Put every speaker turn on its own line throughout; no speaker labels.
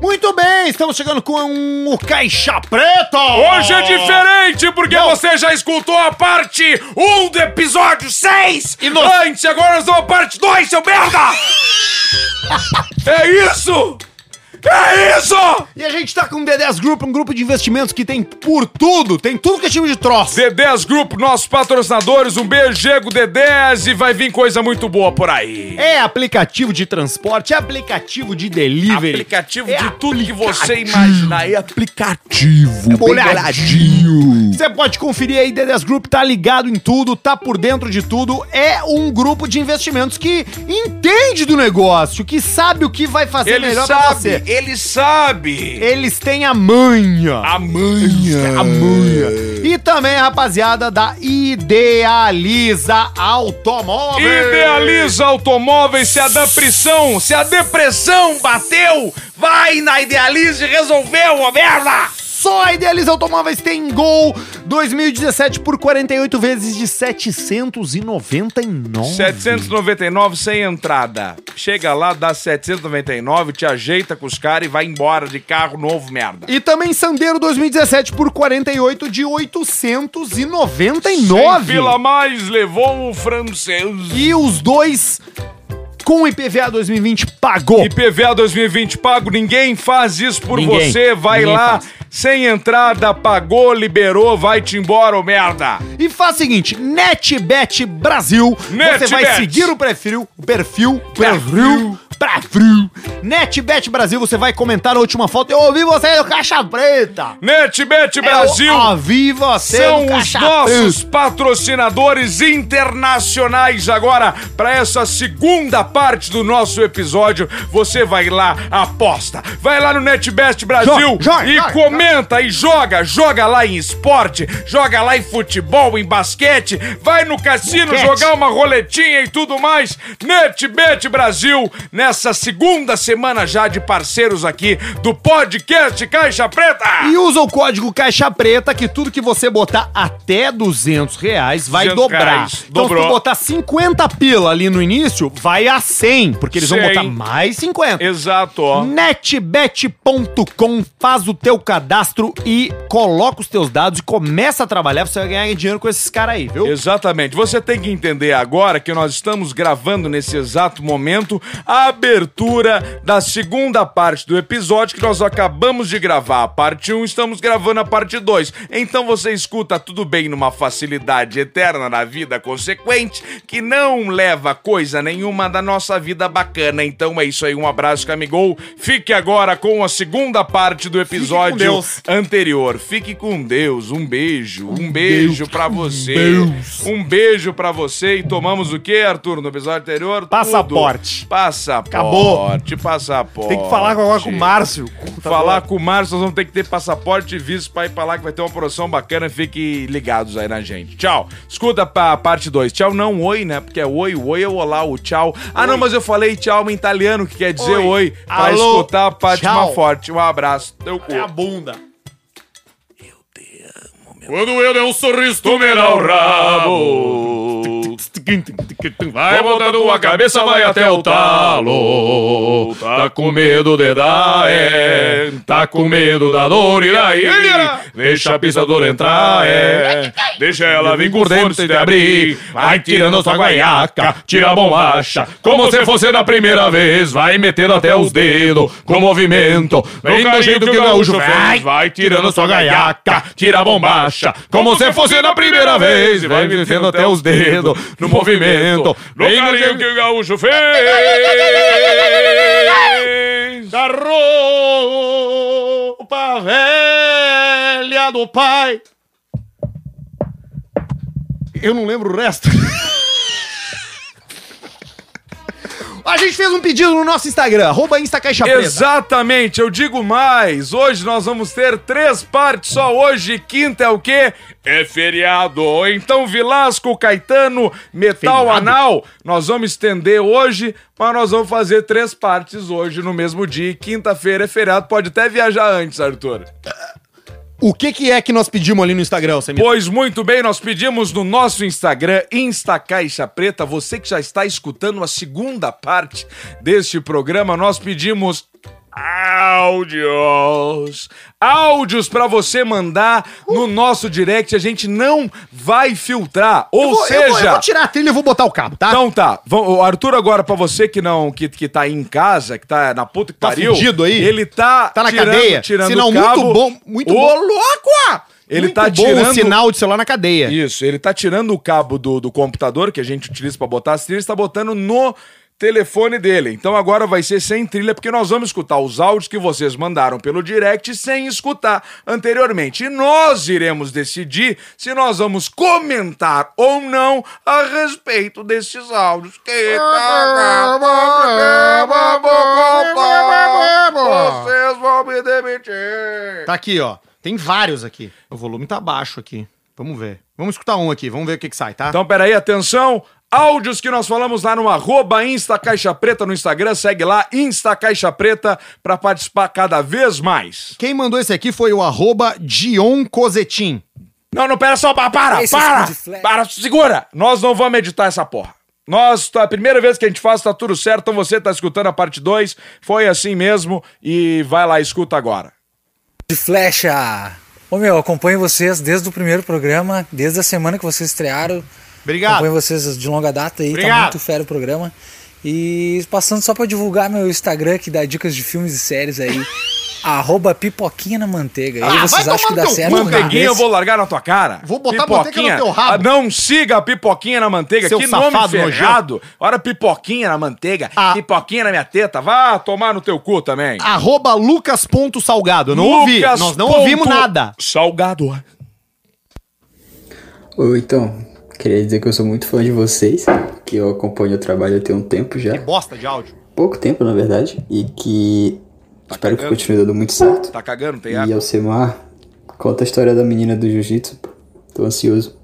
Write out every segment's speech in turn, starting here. Muito bem, estamos chegando com o Caixa Preta!
Hoje é diferente, porque você já escutou a parte 1 do episódio 6!
E nós-
Antes, agora nós vamos a parte 2, seu merda! é isso! É isso!
E a gente tá com o D10 Group, um grupo de investimentos que tem por tudo, tem tudo que é time de troço.
D10 Grupo, nossos patrocinadores, um beijo, Diego D10 e vai vir coisa muito boa por aí.
É aplicativo de transporte, é aplicativo de delivery.
Aplicativo
É
de tudo que você
aplicativo.
imaginar. É aplicativo.
bem Você pode conferir aí, D10 Group tá ligado em tudo, tá por dentro de tudo. É um grupo de investimentos que entende do negócio, que sabe o que vai fazer
Ele
melhor pra
sabe,
você. É.
ele sabe.
Eles têm a manha.
Amanhã.
é A manha. E também, rapaziada, da Idealiza Automóveis.
Idealiza automóveis, se a depressão, se a depressão bateu, vai na Idealiza e resolveu, ô merda!
Só a Idealiza Automóveis tem Gol 2017 por 48 vezes de 799.
799 sem entrada. Chega lá, dá 799, te ajeita com os caras e vai embora de carro novo, merda.
E também Sandeiro 2017 por 48 de 899.
Sem fila mais, levou o francês.
E os dois com IPVA 2020 pagou.
IPVA 2020 pago, ninguém faz isso por
Ninguém.
você, vai
Ninguém
lá,
faz.
sem entrada, pagou, liberou, vai-te embora, ô merda.
E faz o seguinte, NetBet Brasil, você
NetBet.
vai seguir o perfil, o perfil, perfil, perfil,
Perfil.
NetBet Brasil, você vai comentar a última foto, eu ouvi você no Caixa Preta.
NetBet Brasil,
Eu ouvi você no
São os
Caixa
nossos patrocinadores internacionais agora para essa segunda parte do nosso episódio. Você vai lá, aposta. Vai lá no NetBest Brasil
Joga, joga,
e
joga,
comenta e joga. Joga lá em esporte, joga lá em futebol, em basquete. Vai no cassino
Boquete.
jogar uma roletinha e tudo mais. NetBet Brasil, nessa segunda semana já de parceiros aqui do podcast Caixa Preta.
E usa o código Caixa Preta, que tudo que você botar até 200 reais vai
200
dobrar.
reais,
então, se
dobrou.
tu botar 50 pila ali no início, vai a 100, porque eles vão
100.
botar mais 50.
Exato, ó.
Netbet.com faz o teu cadastro e coloca os teus dados e começa a trabalhar. Você vai ganhar dinheiro com esses caras aí, viu?
Exatamente. Você tem que entender agora que nós estamos gravando nesse exato momento a abertura da segunda parte do episódio que nós acabamos de gravar. A parte 1, estamos gravando a parte 2. Então você escuta tudo bem numa facilidade eterna na vida consequente que não leva coisa nenhuma da nossa vida bacana. Então é isso aí. Um abraço, Camigol. Fique agora com a segunda parte do episódio
Deus.
anterior. Fique com Deus. Um beijo. Um beijo pra você.
Deus.
Um beijo pra você e tomamos o que, Arthur, no episódio anterior? Tudo.
Passaporte.
Passaporte.
Acabou.
Passaporte.
Tem que falar agora com o tá Márcio.
Falar com o Márcio, nós vamos ter que ter passaporte e visto pra ir pra lá, que vai ter uma promoção bacana. Fiquem ligados aí na gente. Tchau. Escuta pra parte 2. Tchau, não oi, né? Porque é oi, o oi é o olá, o tchau. Ah, não, mas eu falei tchau em italiano, que quer dizer
Oi.
oi. Pra
Alô,
escutar a Fátima
tchau.
Forte. Um abraço. Teu cu.
É a bunda.
Quando eu der um sorriso, tu me dá o rabo. Vai botando a cabeça, vai até o talo. Tá com medo de dar, é. Tá com medo da dor, e daí? Deixa a pista dor entrar, é. Deixa ela vir com força e te abrir. Vai tirando sua guaiaca, tira a bombacha. Como se fosse na primeira vez, vai metendo até os dedos. Com movimento, vem do jeito que o gaúcho faz. Vai tirando sua gaiaca, tira a bombacha, como se fosse na primeira vez. E vai metendo até os dedos no movimento. Vem do jeito que o gaúcho fez.
Da roupa velha do pai. Eu não lembro o resto. A gente fez um pedido no nosso Instagram, arroba Insta Caixa Preta.
Exatamente, eu digo mais. Hoje nós vamos ter três partes só hoje. Quinta é o quê? É feriado. Então, Vilasco, Caetano, Metal
Feriado?
Anal, nós vamos estender hoje, mas nós vamos fazer três partes hoje no mesmo dia. E Quinta-feira é feriado, pode até viajar antes, Arthur.
O que, que é que nós pedimos ali no Instagram, Samir?
Pois muito bem, nós pedimos no nosso Instagram, Insta Caixa Preta, você que já está escutando a segunda parte deste programa, nós pedimos. Au! áudios. Áudios pra você mandar
Uh!
no nosso direct. A gente não vai filtrar. Ou
Eu vou- eu vou, eu
seja.
vou tirar a trilha e vou botar o cabo, tá?
Então tá, vamos, o Arthur agora pra você que não que, que tá aí em casa, que tá na puta que
Tá
pariu.
fudido aí?
Ele tá
Tá na
tirando-
cadeia?
tirando
Sinal
o cabo.
muito bom, muito
Ô,
bom.
louco! ah! Ele
Muito
tá
bom
tirando
o sinal de celular na cadeia.
Isso, ele tá tirando o cabo do, do computador que a gente utiliza pra botar as trilhas, tá botando no telefone dele. Então agora vai ser sem trilha, porque nós vamos escutar os áudios que vocês mandaram pelo direct sem escutar anteriormente. E nós iremos decidir se nós vamos comentar ou não a respeito desses áudios. Que vocês vão me demitir.
Tá aqui, ó. Tem vários aqui. O volume tá baixo aqui. Vamos ver. Vamos escutar um aqui, vamos ver o que, que sai, tá?
Então, peraí, atenção. Áudios que nós falamos lá no arroba Insta Caixa Preta no Instagram. Segue lá, Insta Caixa Preta, pra participar cada vez mais.
Quem mandou esse aqui foi o arroba Dion Cosetin.
Não, não, pera só, pa- para,
Esse
para,
escudo de flecha.
para, segura. Nós não vamos editar essa porra. Nós, tá, a primeira vez que a gente faz, tá tudo certo. Então você tá escutando a parte 2, foi assim mesmo. E vai lá, escuta agora.
de flecha. Ô meu, acompanho vocês desde o primeiro programa, desde a semana que vocês estrearam. Acompanho
Obrigado.
vocês de longa data aí,
Obrigado.
tá muito fera o programa. E passando só pra divulgar meu Instagram que dá dicas de filmes e séries aí. arroba pipoquinha na manteiga. Aí
Ah,
vocês
vai
acham que
tomar
dá
no teu
certo? um
Manteiguinha, eu
desse?
vou largar na tua cara.
Vou botar manteiga no teu rabo.
Ah, Não siga a pipoquinha na manteiga.
Seu
que nome
safado
ferrado. Ora, pipoquinha na manteiga,
Ah.
pipoquinha na minha teta. Vá tomar no teu cu também.
Arroba Lucas.salgado. Eu não ouvi.
Lucas
Nós não
ponto
ouvimos nada.
Salgado.
Ô, então, queria dizer que eu sou muito fã de vocês, que eu acompanho o trabalho tem um tempo já,
Bosta de áudio.
pouco tempo na verdade, e que
Tá
espero que
cagando.
continue dando muito certo.
Tá cagando, tem
E
água.
Alcemar, conta a história da menina do jiu-jitsu, pô. tô ansioso.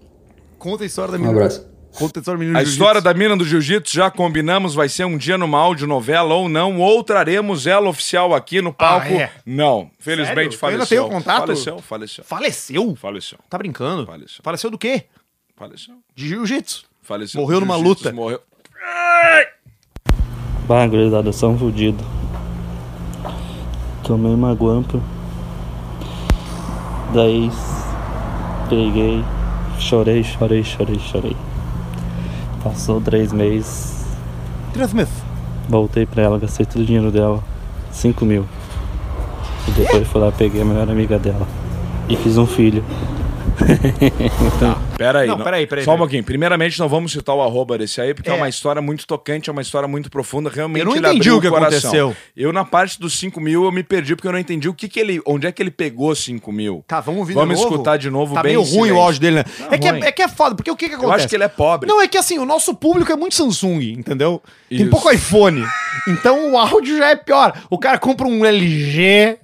Conta a história da
Um
menina.
abraço.
Conta a história da menina
A
do
história
jiu-jitsu.
da mina do jiu-jitsu, já combinamos, vai ser um dia numa audionovela ou não, ou traremos ela oficial aqui no palco.
Ah, é?
Não, felizmente
Eu ainda
faleceu.
tenho contato?
Faleceu, faleceu,
Faleceu?
faleceu,
Tá brincando?
Faleceu.
Faleceu do quê?
faleceu.
De jiu-jitsu.
faleceu.
Morreu numa
Jiu-jitsu,
luta.
Morreu.
Bah, gurizada, são fudido. Tomei uma guampa. Daí s- peguei, chorei, chorei, chorei, chorei. Passou três meses,
Três meses.
voltei pra ela, gastei todo o dinheiro dela, 5 mil. E depois fui lá, peguei a melhor amiga dela. E fiz um filho.
Peraí,
Não, peraí, peraí,
Só um
peraí.
pouquinho. Primeiramente, não vamos citar o arroba desse aí, porque é,
É.
uma história muito tocante, é uma história muito profunda. Realmente,
Eu não
ele
entendi
abriu
o que
coração.
aconteceu.
Eu, na parte dos 5 mil, eu me perdi, porque eu não entendi o que, que ele. Onde é que ele pegou 5 mil?
Tá, vamos ouvir
Vamos
de novo.
escutar de novo
Tá
bem
meio
em
ruim
silêncio.
o áudio dele, né?
Tá
é, que
ruim.
é, é que é foda, porque o que que
Eu
acontece?
acho que ele é pobre.
Não, é que assim, o nosso público é muito Samsung, entendeu?
Isso.
Tem pouco iPhone. Então o áudio já é pior. O cara compra um LG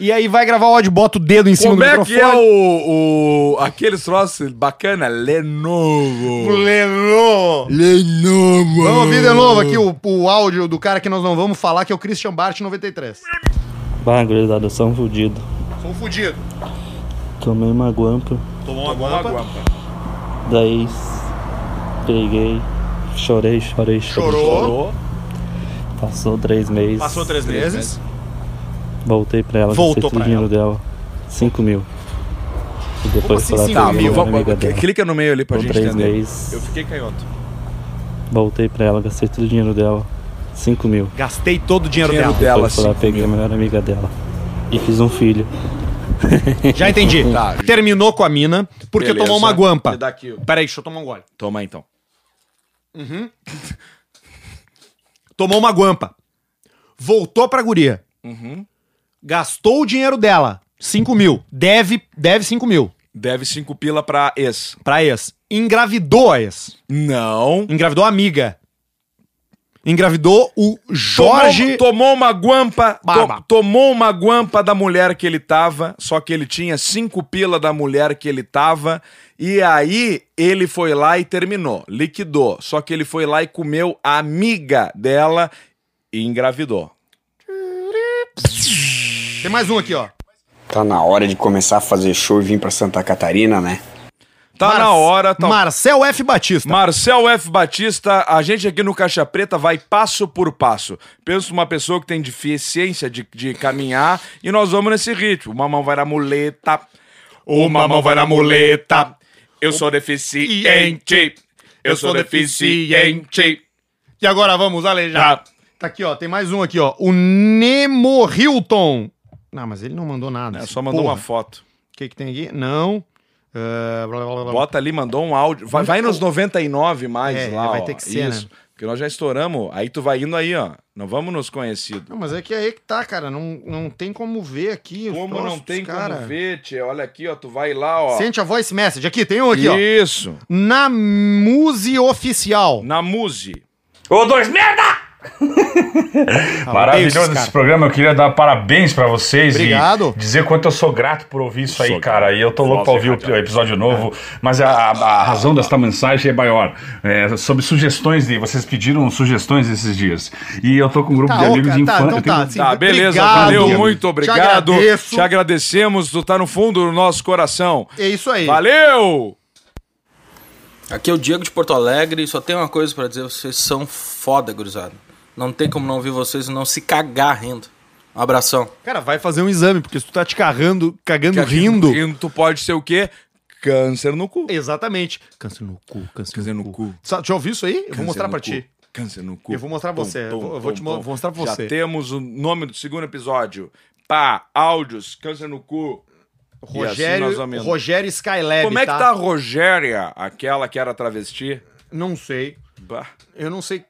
e aí vai gravar o áudio, bota o dedo em cima
Como
do
é que
microfone.
é o, o- aqueles troços bacana? Lenovo.
Lenovo.
Lenovo.
Vamos ouvir de novo aqui o, o áudio do cara que nós não vamos falar, que é o Christian Bart 93.
Bah, gurizada, são fudido.
Sou fudido.
Tomei uma guampa.
Tomou
Uma
uma guampa.
guampa.
Daí s- peguei, chorei, chorei, chorei.
Chorou.
Passou três meses.
Passou três meses.
Voltei pra ela,
Voltou pra
gastei todo o dinheiro dela. 5 mil. E depois
assim
foi lá
cinco
pegar
Tá,
a
mil?
meu,
melhor
vamos-
amiga dela.
clica no meio ali pra
Com
gente
três
entender.
meses.
Eu fiquei canhoto.
Voltei pra ela, gastei todo o dinheiro dela. 5 mil.
Gastei todo o dinheiro,
Dinheiro
dela.
dela,
depois fui lá, peguei a melhor amiga dela. E fiz um filho.
Já entendi.
Tá.
Terminou com a mina porque
Beleza.
tomou uma guampa.
Me dá aqui, ó.
Peraí, deixa eu tomar um gole.
Toma então.
tomou uma guampa, voltou pra guria,
Uhum.
gastou o dinheiro dela, 5 mil, deve, deve 5 mil
Deve cinco pila pra ex.
pra ex, engravidou a ex,
Não.
engravidou a amiga, engravidou o Jorge...
Tomou, um tomou uma guampa.
Barba.
to- tomou uma guampa da mulher que ele tava. Só que ele tinha cinco pila da mulher que ele tava. E aí ele foi lá e terminou. Liquidou. Só que ele foi lá e comeu a amiga dela e engravidou.
Tem mais um aqui, ó.
Tá na hora de começar a fazer show e vir pra Santa Catarina, né?
Tá
Mar-
na hora, tá
Marcel F. Batista.
Marcel F. Batista, a gente aqui no Caixa Preta vai passo por passo. Pensa numa pessoa que tem deficiência de, de caminhar e nós vamos nesse ritmo. Uma mão vai na muleta, uma mão vai na muleta. Eu sou deficiente, eu sou deficiente.
E agora vamos alejar. Tá aqui, ó. Tem mais um aqui, ó. O Nemo Hilton. Não, mas ele não mandou nada.
É, só mandou
Porra.
uma foto.
O que, que tem aqui? Não. Ah, blá, blá, blá, blá.
Bota ali, mandou um áudio. Vai, vai nos 99 mais
É,
lá.
vai
ó.
ter que ser,
Isso.
né?
Porque nós já estouramos. Aí tu vai indo aí, ó. Não vamos nos conhecidos.
Não, mas é que aí que tá, cara. Não, não tem como ver aqui. os
Como
troços
não
dos
tem
cara.
como ver, tchê. Olha aqui, ó. Tu vai lá, ó.
Sente a voice message. Aqui, tem um aqui, ó.
Isso.
Na Muse Oficial.
Na Muse.
Ô, dois merda!
Ah,
Maravilhoso esse programa. Eu queria dar parabéns pra vocês
Obrigado.
e dizer quanto eu sou grato por ouvir isso aí,
Sou
cara. E eu tô louco pra ouvir o
É.
episódio novo, mas a, a- a razão desta mensagem é maior. É, sobre sugestões de. Vocês pediram sugestões esses dias. E eu tô com um grupo de
ô,
amigos
cara,
de
tá,
infância.
então
eu tenho- um
tá. Sim,
Tá, beleza.
obrigado.
Valeu, muito obrigado.
Te agradeço.
Te agradecemos. Tu tá no fundo do nosso coração.
É isso aí.
Valeu!
Aqui é o Diego de Porto Alegre e só tem uma coisa pra dizer, vocês são foda, gurizada. Não tem como não ouvir vocês e não se cagar rindo. Um abração.
Cara, vai fazer um exame, porque se tu tá te carrando, cagando
Porque
rindo.
Rindo, tu pode ser o quê? Câncer no cu.
Exatamente. Câncer no cu, câncer,
Câncer
no
no
cu.
cu.
Sa- Já ouviu isso aí? Eu vou
Câncer
mostrar
no
pra
cu.
ti.
Câncer no cu.
Eu vou mostrar pra você. Eu vou- eu vou te mo- vou mostrar pra você.
Já temos o nome do segundo episódio. Pá, áudios, câncer no cu. E assim nós
Rogério,
vamos indo.
Rogério Skylab.
Como é que tá a Rogéria, aquela que era travesti?
Não sei.
Bah.
Eu não sei.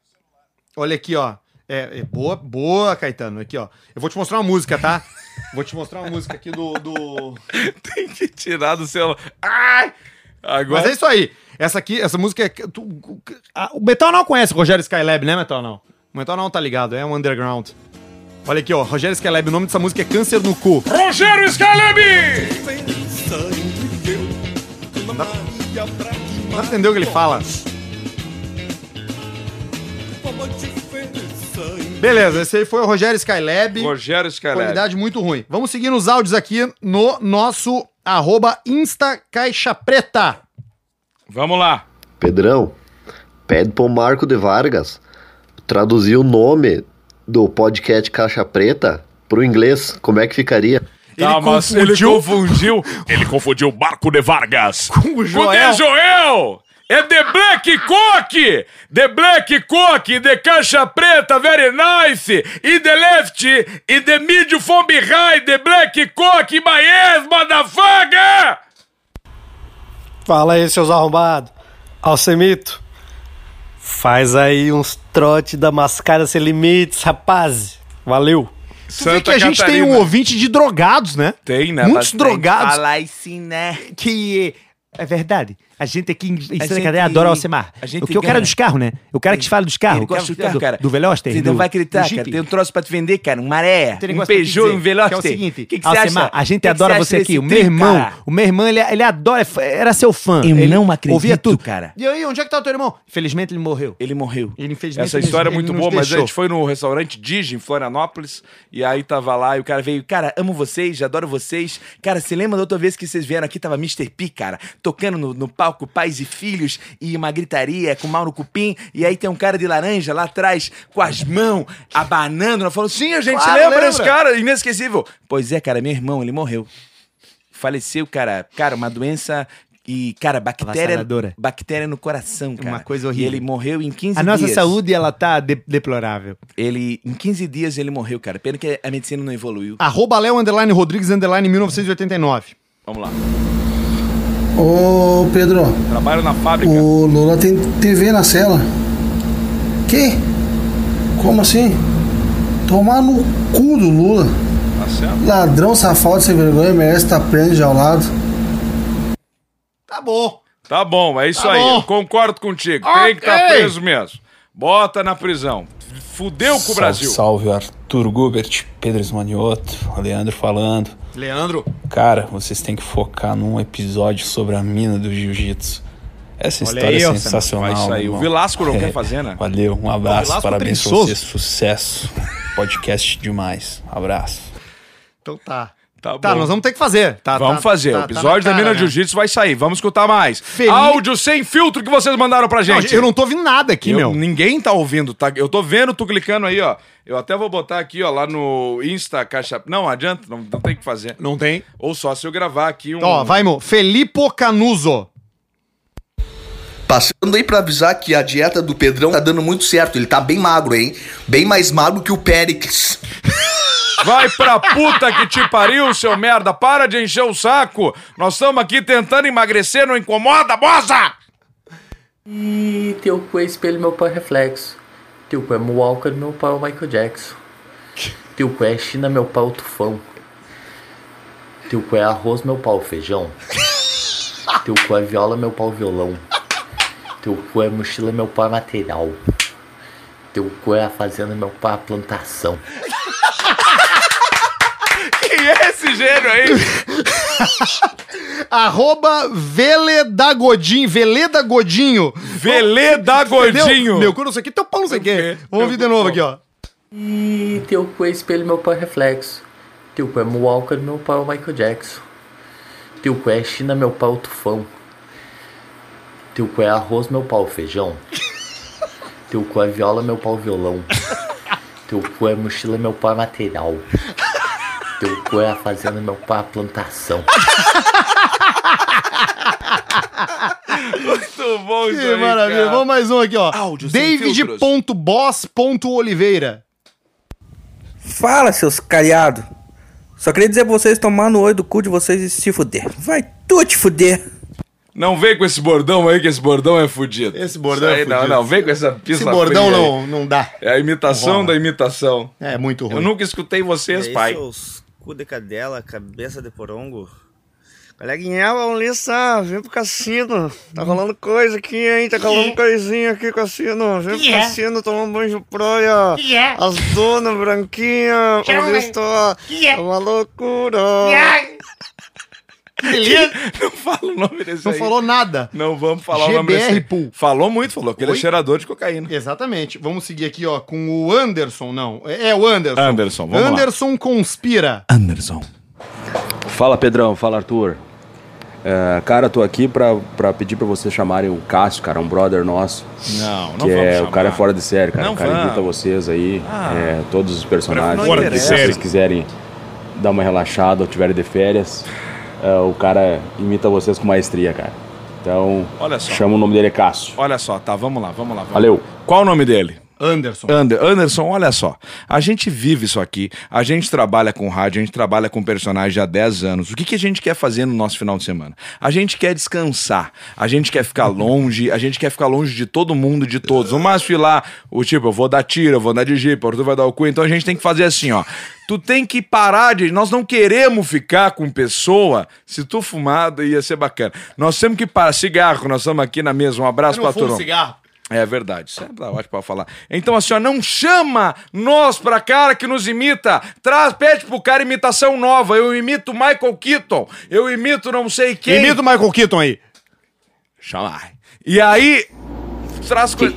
Olha aqui, ó. É, é boa, boa, Caetano. Aqui, ó. Eu vou te mostrar uma música, tá? Vou te mostrar uma música aqui do. do...
Tem que tirar do celular. Ai! Agora.
Mas é isso aí. Essa aqui, essa música é. tu- Ah, o Metal não conhece o Rogério Skylab, né, Metal não? O Metal não tá ligado, é um underground. Olha aqui, ó. Rogério Skylab, o nome dessa música é Câncer no Cu.
Rogério Scaleb!
Não entendeu o que ele fala? Beleza, esse aí foi o Rogério Skylab.
Rogério Scaleb.
Qualidade muito ruim. Vamos seguir nos áudios aqui no nosso arroba Insta Caixa Preta.
Vamos lá.
Pedrão, pede pro Marco de Vargas traduzir o nome do podcast Caixa Preta pro inglês. Como é que ficaria?
Tá, mas ele confundiu.
Ele confundiu o Marco de Vargas.
com o
O The Joel! É The Black Cock! The Black Cock, The Caixa Preta, Very Nice! E The Left! E The Medium From Behind, The Black Cock, My Ass, Motherfucker!
Fala aí, seus arrombados. Alcemito, faz aí uns trote da mascada sem limites, rapaz. Valeu.
Santa que a gente tem um ouvinte de drogados, né?
Tem, né?
Muitos
Bastante.
drogados.
Fala aí sim, né?
Que é verdade. A gente aqui em Estrela
gente-
Cadeia adora o Alcemar.
a gente
o que eu quero
ganha.
é dos carros, né? O cara que te fala dos carros.
Ele gosta
do,
do carro, cara.
Do Veloster.
Você
do,
não vai acreditar,
do
cara.
Jeep.
Tem um troço pra te vender, cara. Um maré,
Tem
um
negócio pra te
Peugeot,
dizer,
um Veloster.
Que é o seguinte,
que, que você
Alcemar,
acha?
a gente
Que que
adora
acha
você aqui.
desse
O meu
tri,
irmão,
cara?
o meu irmão, ele, ele adora, é fã- era seu fã.
Eu
ele
não acredito,
ouvia tudo.
cara.
E aí, onde é que tá o teu irmão? Infelizmente ele morreu.
Ele morreu.
Ele infelizmente
Essa
nos-
história é
ele
muito
nos
boa, mas a
deixou.
gente foi no restaurante Digi, em Florianópolis, e aí tava lá, e o cara veio, cara, amo vocês, adoro vocês. Cara, você lembra da outra vez que vocês vieram aqui, tava Mr. P, cara, tocando no, no palco Pais e Filhos, e uma gritaria com Mauro Cupim, e aí tem um cara de laranja lá atrás, com as mãos, abanando, ela falou, sim, a gente
Claro,
lembra,
lembra.
esse cara, inesquecível. Pois é, cara, meu irmão, ele morreu. Faleceu, cara, cara, uma doença... E, cara, bactéria,
Avassaladora.
bactéria no coração, cara.
coisa horrível.
E ele morreu em 15
A nossa
dias.
saúde, ela tá de- deplorável.
Ele, em 15 dias ele morreu, cara. Pena que a medicina não evoluiu.
Arroba Léo, underline, Rodrigues, underline, 1989.
Vamos lá.
Ô, Pedro,
Trabalho na fábrica.
o Lula tem TV na cela. Que? Como assim? Tomar no cu do Lula.
Tá certo?
Ladrão safado sem vergonha merece estar preso já ao lado.
Tá bom.
Tá bom, é isso
Tá
aí.
bom.
Eu Concordo contigo. Tem que
Ok.
estar preso mesmo. Bota na prisão. Fudeu com o Brasil.
Salve, Arthur Gubert, Pedro Esmanioto, Leandro falando.
Leandro.
Cara, vocês têm que focar num episódio sobre a mina do jiu-jitsu. Essa
Olha
história
aí,
é
ó,
sensacional.
Vai sair.
irmão.
O Vilasco não
É,
quer fazer, né?
Valeu, um abraço,
Vilasco
parabéns pra
preguiçoso.
vocês, sucesso. Podcast demais. Abraço.
Então tá.
Tá,
Tá,
bom.
nós vamos ter que fazer. Tá,
Vamos
tá,
fazer.
tá,
o
tá
episódio
na
da
cara,
Mina
né?
Jiu-Jitsu vai sair. Vamos escutar mais.
Feliz-
Áudio sem filtro que vocês mandaram pra gente.
eu não tô ouvindo nada aqui,
Eu-
meu.
Ninguém tá ouvindo, tá? Eu tô vendo tu clicando aí, ó. Eu até vou botar aqui, ó, lá no Insta Caixa. Não, adianta, não, não tem o que fazer.
Não tem.
Ou só se eu gravar aqui um.
Ó, vai, meu. Felipe Canuso.
Passando aí pra avisar que a dieta do Pedrão tá dando muito certo. Ele tá bem magro, hein? Bem mais magro que o Péricles.
Vai pra puta que te pariu, seu merda. Para de encher o saco. Nós estamos aqui tentando emagrecer, não incomoda, boza!
E teu cu é espelho, meu pau é reflexo. Teu cu é Walker, meu pau é o Michael Jackson. Teu cu é China, meu pau é o tufão. Teu cu é arroz, meu pau é o feijão. Teu cu é viola, meu pau é o violão. Teu cu é mochila, meu pau é material. Teu cu é a fazenda, meu pau é a plantação.
Quem é esse gênio aí?
Arroba Veleda Godinho. Veleda Godinho.
Veleda
Entendeu?
Godinho.
Meu, quando isso aqui, teu pau não sei o quê. Vamos ouvir de novo aqui, ó.
E teu cu é espelho, meu pau é reflexo. Teu cu é Walker, meu pau é o Michael Jackson. Teu cu é China, meu pau é o tufão. Teu cu é arroz, meu pau é o feijão. Teu cu é viola, meu pau é o violão. Teu cu é mochila, meu pau é material. Teu cu é a fazenda, meu pau é a plantação.
Muito bom isso
Que maravilha. Vamos mais um aqui, ó.
sem filtros.
David.boss.oliveira.
Fala, seus cariados. Só queria dizer pra vocês tomar no olho do cu de vocês e se fuder. Vai tu te fuder.
Não vem com esse bordão aí, que esse bordão é fudido. Esse
bordão é
Não,
fudido.
não, vem com essa
Esse
pista
bordão não, não dá.
É a imitação
Não rola.
da imitação.
É muito ruim. É
Eu nunca escutei vocês,
Daí,
pai.
seus é cu de cadela, cabeça de porongo. Coleguinha, vamos liçar, vem pro cassino. Tá rolando coisa aqui, hein? Tá rolando
Que?
coisinha aqui, cassino. Vem
Que
pro
é?
cassino, tomar um banho de praia.
Que é?
As donas branquinhas,
Chama.
o visto, ó,
Que é?
é uma loucura.
é?
Beleza?
Não fala o nome desse
Não
aí.
falou nada.
Não vamos falar o nome
GBR
desse.
Pool.
Falou muito, falou que ele é
Oi?
cheirador de cocaína.
Exatamente. Vamos seguir aqui, ó, com o Anderson. Não, é é o Anderson.
Anderson, vamos lá. Tá
Anderson conspira.
Anderson.
Fala Pedrão, fala Arthur. É, cara, tô aqui pra, pra pedir pra vocês chamarem o Cássio, cara, um brother nosso.
Não, não
que
vamos
é,
chamar.
O cara é fora de série, cara.
Não
o cara
vamos.
imita vocês aí,
Ah.
é, todos os personagens.
Não Fora de
Se
interessa. série.
vocês quiserem dar uma relaxada ou tiverem de férias, é, o cara imita vocês com maestria, cara. Então,
Olha só.
chama o nome dele é Cássio.
Olha só, tá, vamos lá, vamos lá. Vamos.
Valeu.
Qual o nome dele?
Anderson.
Ander- Anderson, olha só. A gente vive isso aqui, a gente trabalha com rádio, a gente trabalha com personagem há 10 anos. O que, que a gente quer fazer no nosso final de semana? A gente quer descansar, a gente quer ficar longe, a gente quer ficar longe de todo mundo, de todos. O Márcio ir lá, o tipo, eu vou dar tiro, eu vou andar de jipe, o Arthur vai dar o cu, então a gente tem que fazer assim, ó. Tu tem que parar de. Nós não queremos ficar com pessoa. Se tu fumado, ia ser bacana. Nós temos que parar. Cigarro, nós estamos aqui na mesa. Um abraço
Eu não
pra
fumo
turma.
cigarro.
É verdade, isso é tá ótimo pra falar. Então assim, ó, não chama nós pra cara que nos imita. Traz, pede pro cara imitação nova. Eu imito Michael Keaton, eu imito não sei quem.
Imita o Michael Keaton aí.
Chama. E aí, traz coisa.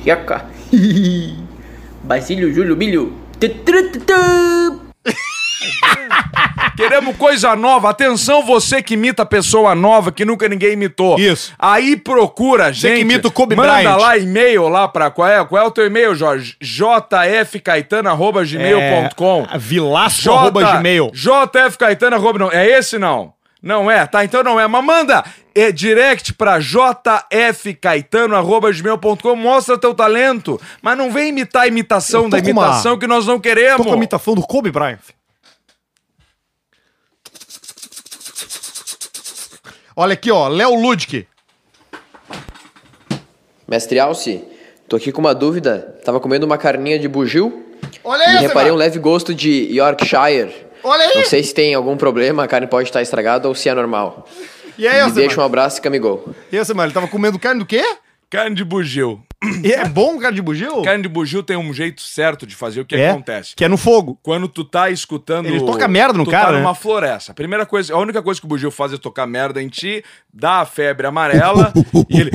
Basílio, Júlio, Milho.
Queremos coisa nova. Atenção, você que imita pessoa nova que nunca ninguém imitou. Isso. Aí procura, gente.
Você que imita o Kobe
Manda
Bryant.
lá e-mail lá pra qual é? Qual é o teu e-mail, Jorge? jfcaetano.gmail.com
Vilasco
J-
É, arroba gmail.
JF Caetano, arroba, não. É esse não? Não é? Tá, então não é. Mas manda é, direct pra jfcaetano.gmail.com. Mostra teu talento. Mas não vem imitar a imitação
Eu tô
da
com uma-
imitação que nós não queremos.
Tô com a imitação do Kobe Bryant. Olha aqui, ó, Léo Ludwig.
Mestre Alce, tô aqui com uma dúvida. Tava comendo uma carninha de bugio
Olha
e
essa, é
reparei
cara.
um leve gosto de Yorkshire.
Olha aí.
Não sei se tem algum problema, a carne pode estar estragada ou se é normal.
E aí,
Me
essa,
deixa um abraço e camigol.
E essa, mano, ele tava comendo carne do quê?
Carne de bugio.
E é bom carne de bugio?
Carne de bugio tem um jeito certo de fazer o que
É,
acontece.
que é no fogo.
Quando tu tá escutando...
Ele toca merda no
tu
cara,
tá
né?
numa floresta. A primeira coisa... A única coisa que o bugio faz é tocar merda em ti, dá a febre amarela e ele...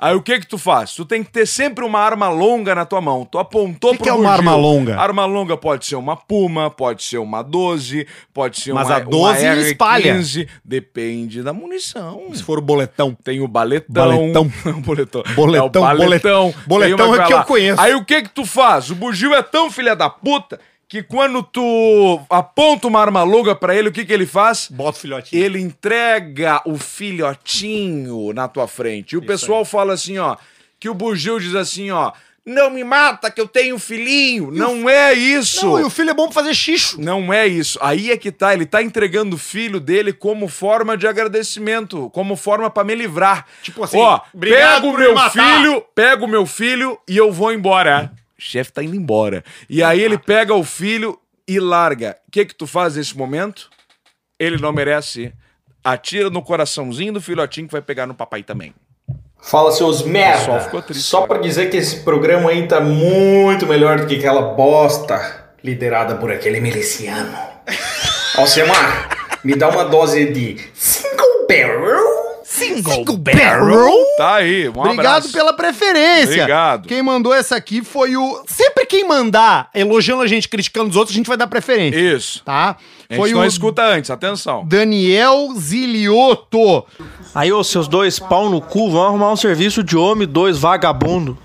Aí o que que tu faz? Tu tem que ter sempre uma arma longa na tua mão. Tu apontou pro
que é uma
bugio.
arma longa?
Arma longa pode ser uma Puma, pode ser uma 12, pode ser
Mas
uma
a 12
uma R15,
espalha.
Depende da munição.
Se for o boletão.
Tem o baletão.
Baletão.
Não, boletão.
Boletão,
É o baletão.
boletão.
Tem uma
Boletão é que
vai
eu
lá.
conheço.
Aí o que que tu faz? O bugio é tão filha da puta que quando tu aponta uma arma longa pra ele, o que que ele faz?
Bota o filhotinho.
Ele entrega o filhotinho na tua frente. E o pessoal fala assim, ó, que o bugio diz assim, ó, não me mata que eu tenho um filhinho. Não é isso.
Não, e o filho é bom pra fazer xixo.
Não é isso. Aí é que tá. Ele tá entregando o filho dele como forma de agradecimento, como forma pra me livrar. Tipo
assim,
ó,
obrigado
pega o
por
meu
me matar.
filho, pega o meu filho e eu vou embora. O chefe tá indo embora. E aí ele pega o filho e larga. O que que tu faz nesse momento? Ele não merece. Atira no coraçãozinho do filhotinho que vai pegar no papai também.
Fala seus merda.
Só
Só,
ficou
pra dizer que esse programa aí tá muito melhor do que aquela bosta liderada por aquele miliciano. Alcemar, me dá uma dose de single barrel. Single,
barrel?
Tá aí, um
Obrigado
abraço.
pela preferência.
Obrigado.
Quem mandou essa aqui foi o. Sempre quem mandar elogiando a gente, criticando os outros, a gente vai dar preferência.
Isso.
Tá?
A gente não escuta antes, atenção.
Daniel Zilioto.
Aí, ô, seus dois pau no cu, vão arrumar um serviço de homem, dois vagabundo.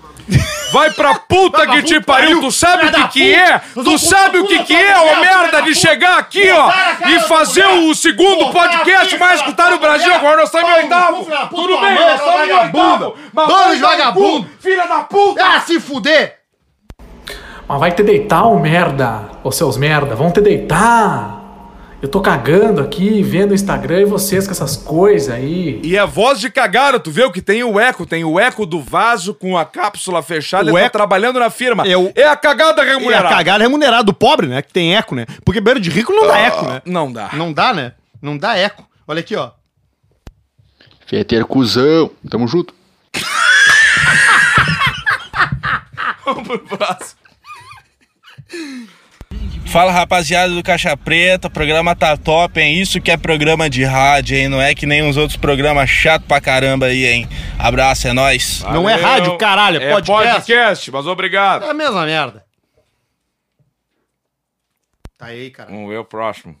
Vai pra puta que te pariu, tu sabe o que que é? Tu sabe o que que é, ô merda, de chegar aqui, ó, e fazer o segundo podcast mais escutado no Brasil, agora nós estamos em oitavo. Tudo bem, nós estamos em oitavo. mas
Bando de
vai dar cu,
vagabundo!
Filha da puta!
Ah, se fuder!
Mas vai te deitar, ô merda! Ô seus merda, vão te deitar! Eu tô cagando aqui, vendo o Instagram e vocês com essas coisas aí.
E é voz de cagada, tu vê o que tem o eco, tem o eco do vaso com a cápsula fechada,
O
ele tá
eco-
trabalhando na firma.
É o-
É a cagada
E a
remunerada.
cagada remunerada do pobre, né? Que tem eco, né? Porque beira de rico não dá eco, né?
Ah, Não dá.
Não dá, né? Não dá eco. Olha aqui, ó.
Fieteiro cuzão, tamo junto.
Vamos pro próximo.
Fala rapaziada do Caixa Preta, o programa tá top, hein? Isso que é programa de rádio, hein? Não é que nem os outros programas chato pra caramba aí, hein? Abraço, é nóis.
Não é Valeu. rádio, caralho, é É podcast. podcast, mas obrigado.
É a mesma merda. Tá aí, cara.
Vamos ver o próximo.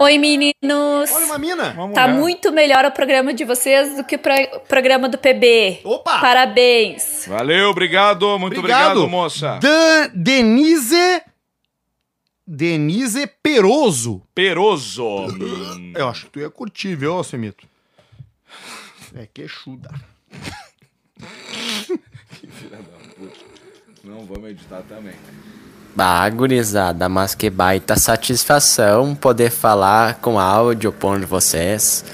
Oi, meninos.
Olha uma mina.
Tá
mulher.
muito melhor o programa de vocês do que o pro- programa do PB.
Opa!
Parabéns.
Valeu, obrigado, muito
Obrigado.
obrigado, moça.
Dan Denise. Denise Peroso.
Peroso.
Eu acho que tu ia curtir, viu, Alcemito? É queixuda.
Filha da puta. Não vamos editar também.
Bah, gurizada, mas que baita satisfação poder falar com áudio por vocês.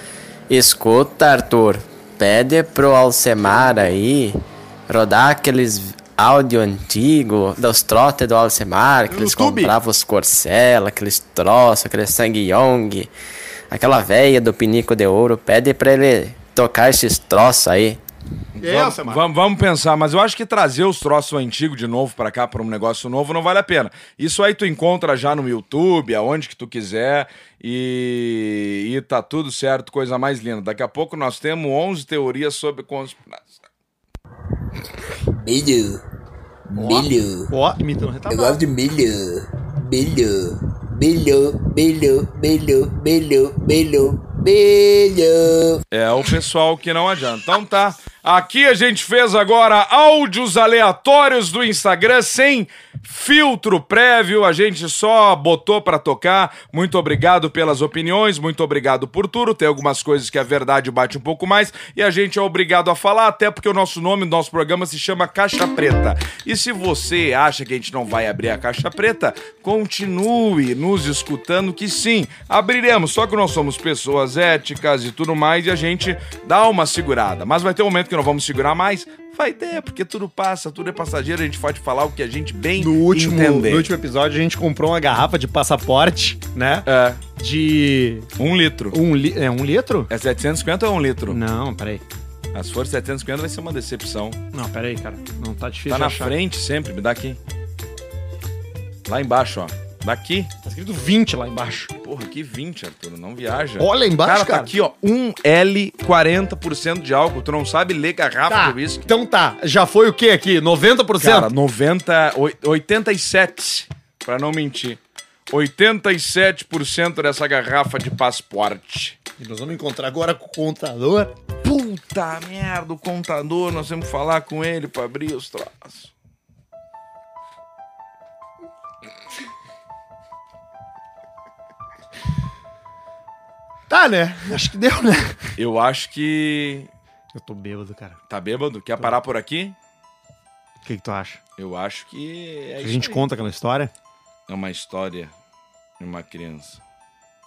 Escuta, Arthur, pede pro Alcemar aí rodar aqueles áudio antigo dos trotes do Alcemar, que eles compravam os Corsella, aqueles troços, aqueles Sangue Yong, aquela véia do Pinico de Ouro. Pede pra ele tocar esses troços aí.
Vamos, vamos, vamos pensar, mas eu acho que trazer os troços antigos de novo pra cá, pra um negócio novo, não vale a pena. Isso aí tu encontra já no YouTube, aonde que tu quiser, e, e tá tudo certo, coisa mais linda. Daqui a pouco nós temos 11 teorias sobre conspiração.
Milho. Milho.
Ó, imitando retardado.
Eu gosto de milho. Milho. Milho, milho, milho, milho, milho, milho.
É o pessoal que não adianta. Então tá. Aqui a gente fez agora áudios aleatórios do Instagram sem filtro prévio. A gente só botou pra tocar. Muito obrigado pelas opiniões, muito obrigado por tudo. Tem algumas coisas que a verdade bate um pouco mais e a gente é obrigado a falar, até porque o nosso nome do nosso programa se chama Caixa Preta. E se você acha que a gente não vai abrir a Caixa Preta, continue nos escutando que sim, abriremos. Só que nós somos pessoas éticas e tudo mais e a gente dá uma segurada. Mas vai ter um momento que não vamos segurar mais. Vai ter, porque tudo passa, tudo é passageiro, a gente pode falar o que a gente bem
No último,
entender.
no último episódio, a gente comprou uma garrafa de passaporte, né?
É.
De.
Um litro.
Um li... É um litro?
É 750 ou é um litro?
Não, peraí.
As for 750 vai ser uma decepção.
Não, pera aí, cara. Não tá difícil
Tá
de
na
achar.
frente sempre, me dá aqui. Lá embaixo, ó. Daqui. Tá escrito 20 lá embaixo. Porra, que 20, Arthur. Não viaja.
Olha embaixo,
Tá
cara.
aqui, ó. 1L, 40% de álcool. Tu não sabe ler garrafa
Tá,
de whisky.
Então tá, já foi o que aqui? 90%?
Cara, 90, oi- 87, pra não mentir. 87% dessa garrafa de passaporte.
E nós vamos encontrar agora com o contador.
Puta merda, o contador, nós vamos falar com ele pra abrir os troços.
Tá, né? Acho que deu, né?
Eu acho que.
Eu tô bêbado, cara.
Tá bêbado? Quer parar por aqui?
O que, que tu acha?
Eu acho que. É
a
isso
gente
aí.
conta aquela história?
É uma história de uma criança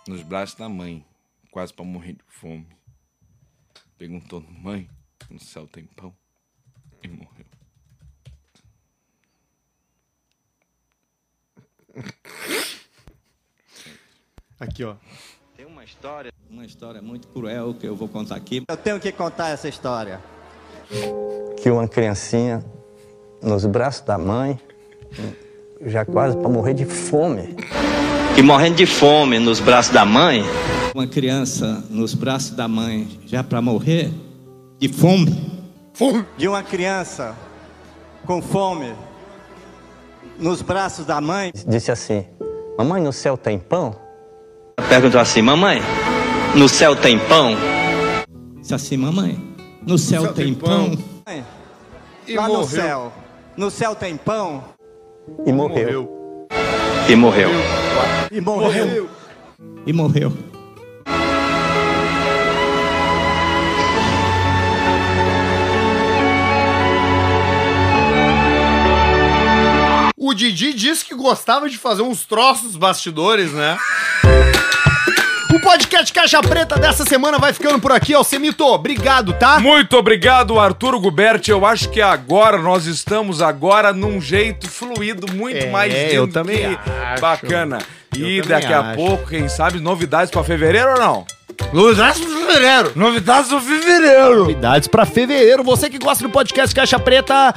nos braços da mãe, quase pra morrer de fome. Perguntou, mãe, no céu tem pão? E morreu.
Aqui, ó.
Tem uma história. Uma história muito.
Cruel que eu vou contar aqui.
Eu tenho que contar essa história.
Que uma criancinha nos braços da mãe, já quase para morrer de fome.
E morrendo de fome nos braços da mãe.
Uma criança nos braços da mãe, já para morrer de fome. Fome.
De uma criança com fome nos braços da mãe.
Disse assim: Mamãe, no céu tem pão?
Perguntou assim: Mamãe, no céu tem pão?
Disse assim: Mamãe, no céu, tem, pão.
Mãe,
E
Lá no
morreu.
céu. No céu tem pão?
E morreu.
E morreu.
E morreu. E morreu.
O Didi disse que gostava de fazer uns troços bastidores, né? O podcast Caixa Preta dessa semana vai ficando por aqui, Alcemito. Obrigado, tá?
Muito obrigado, Arturo Guberti. Eu acho que agora nós estamos agora num jeito fluido muito
É,
mais
eu também acho.
bacana. E
também
daqui a
acho.
pouco, quem sabe, novidades pra fevereiro ou não?
Novidades pra fevereiro.
Novidades pra fevereiro.
Novidades pra fevereiro. Você que gosta do podcast Caixa Preta,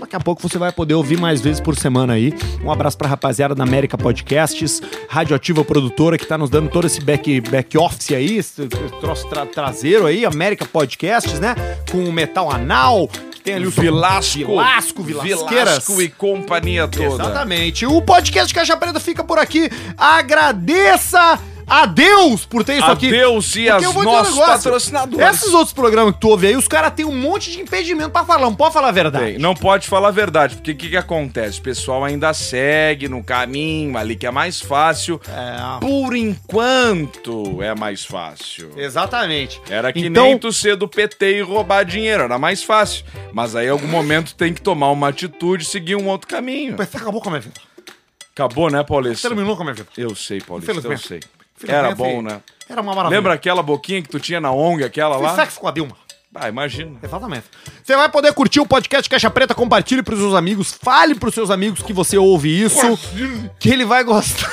daqui a pouco você vai poder ouvir mais vezes por semana aí. Um abraço pra rapaziada da América Podcasts, Radioativa Produtora, que tá nos dando todo esse back, back office aí, esse troço tra- traseiro aí, América Podcasts, né? Com o Metal Anal, que tem ali o
Vilasco.
Vilasco, Vilasqueiras.
Vilasco e companhia toda.
Exatamente. O podcast Caixa Preta fica por aqui. Agradeça a Deus por ter isso aqui.
Adeus e
Porque
aos
eu vou dizer um
nossos
negócio.
patrocinadores.
Esses outros programas que tu ouve aí, os caras têm um monte de impedimento pra falar. Não pode falar a verdade.
Tem. Não pode falar a verdade, porque o que, que acontece? O pessoal ainda segue no caminho ali que é mais fácil.
Tá.
Por enquanto é mais fácil.
Exatamente.
Era que
É. Então-
nem tu ser do PT e roubar É dinheiro, era mais fácil. Mas aí em algum momento tem que tomar uma atitude e seguir um outro caminho.
Mas acabou com a minha vida.
Acabou, né, Paulista?
Terminou com a minha vida.
Eu sei, Paulista, eu
Infelizmente.
sei.
Infelizmente, é assim.
Era bom, né?
Era uma maravilha.
Lembra aquela boquinha que tu tinha na ONG, aquela
Fui
lá?
sexo com a Dilma.
Ah, imagina.
Exatamente. Você vai poder curtir o podcast Caixa Preta, compartilhe pros seus amigos, fale pros seus amigos que você ouve isso, que ele vai gostar.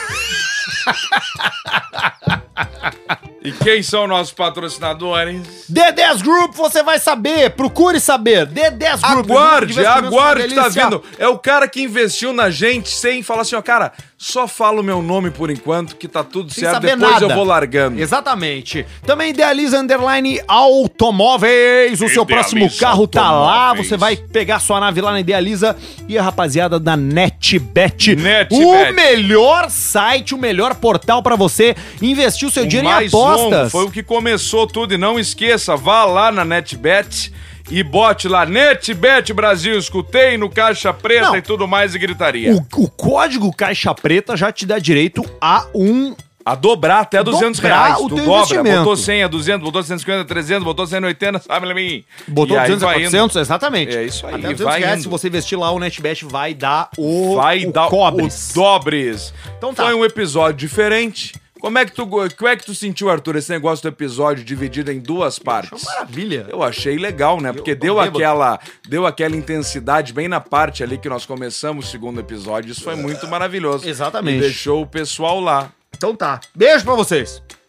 E quem são nossos patrocinadores?
D10 Group, você vai saber, procure saber. D10 Group.
Aguarde, aguarde que tá
Delícia.
vindo. É o cara que investiu na gente sem falar assim, ó, cara, só fala o meu nome por enquanto que tá tudo
Sem
certo,
saber
depois
nada.
eu vou largando.
Exatamente. Também idealiza underline automóveis. O seu
Idealiza
próximo carro tá lá.
Automóveis.
Você vai pegar sua nave lá na Idealiza e a rapaziada da NetBet.
NetBet.
O melhor site, o melhor portal pra você investir o seu dinheiro em
mais longo
apostas.
foi o que começou tudo e não esqueça, vá lá na NetBet e bote lá NetBet Brasil, escutei no caixa preta e tudo mais e gritaria.
O, o código caixa preta já te dá direito a um
a dobrar até 200 reais,
o
tu
teu
dobra,
investimento.
botou 100, 200, botou 150, 300, botou 180, sabe, Lemin?
Botou
E aí
200 a
vai indo.
400, exatamente.
É isso aí,
Até 200
vai
reais,
indo.
se você investir lá, o NetBet vai dar o,
vai
o
dar
cobres.
o dobres.
Então tá.
Foi um episódio diferente. Como é que tu, go- como é que tu sentiu, Arthur, esse negócio do episódio dividido em duas partes?
Maravilha.
Eu achei legal, né? Porque deu
bêbado.
aquela, deu aquela intensidade bem na parte ali que nós começamos o segundo episódio. Isso foi muito maravilhoso.
É. Exatamente.
E deixou o pessoal lá.
Então tá. Beijo pra vocês.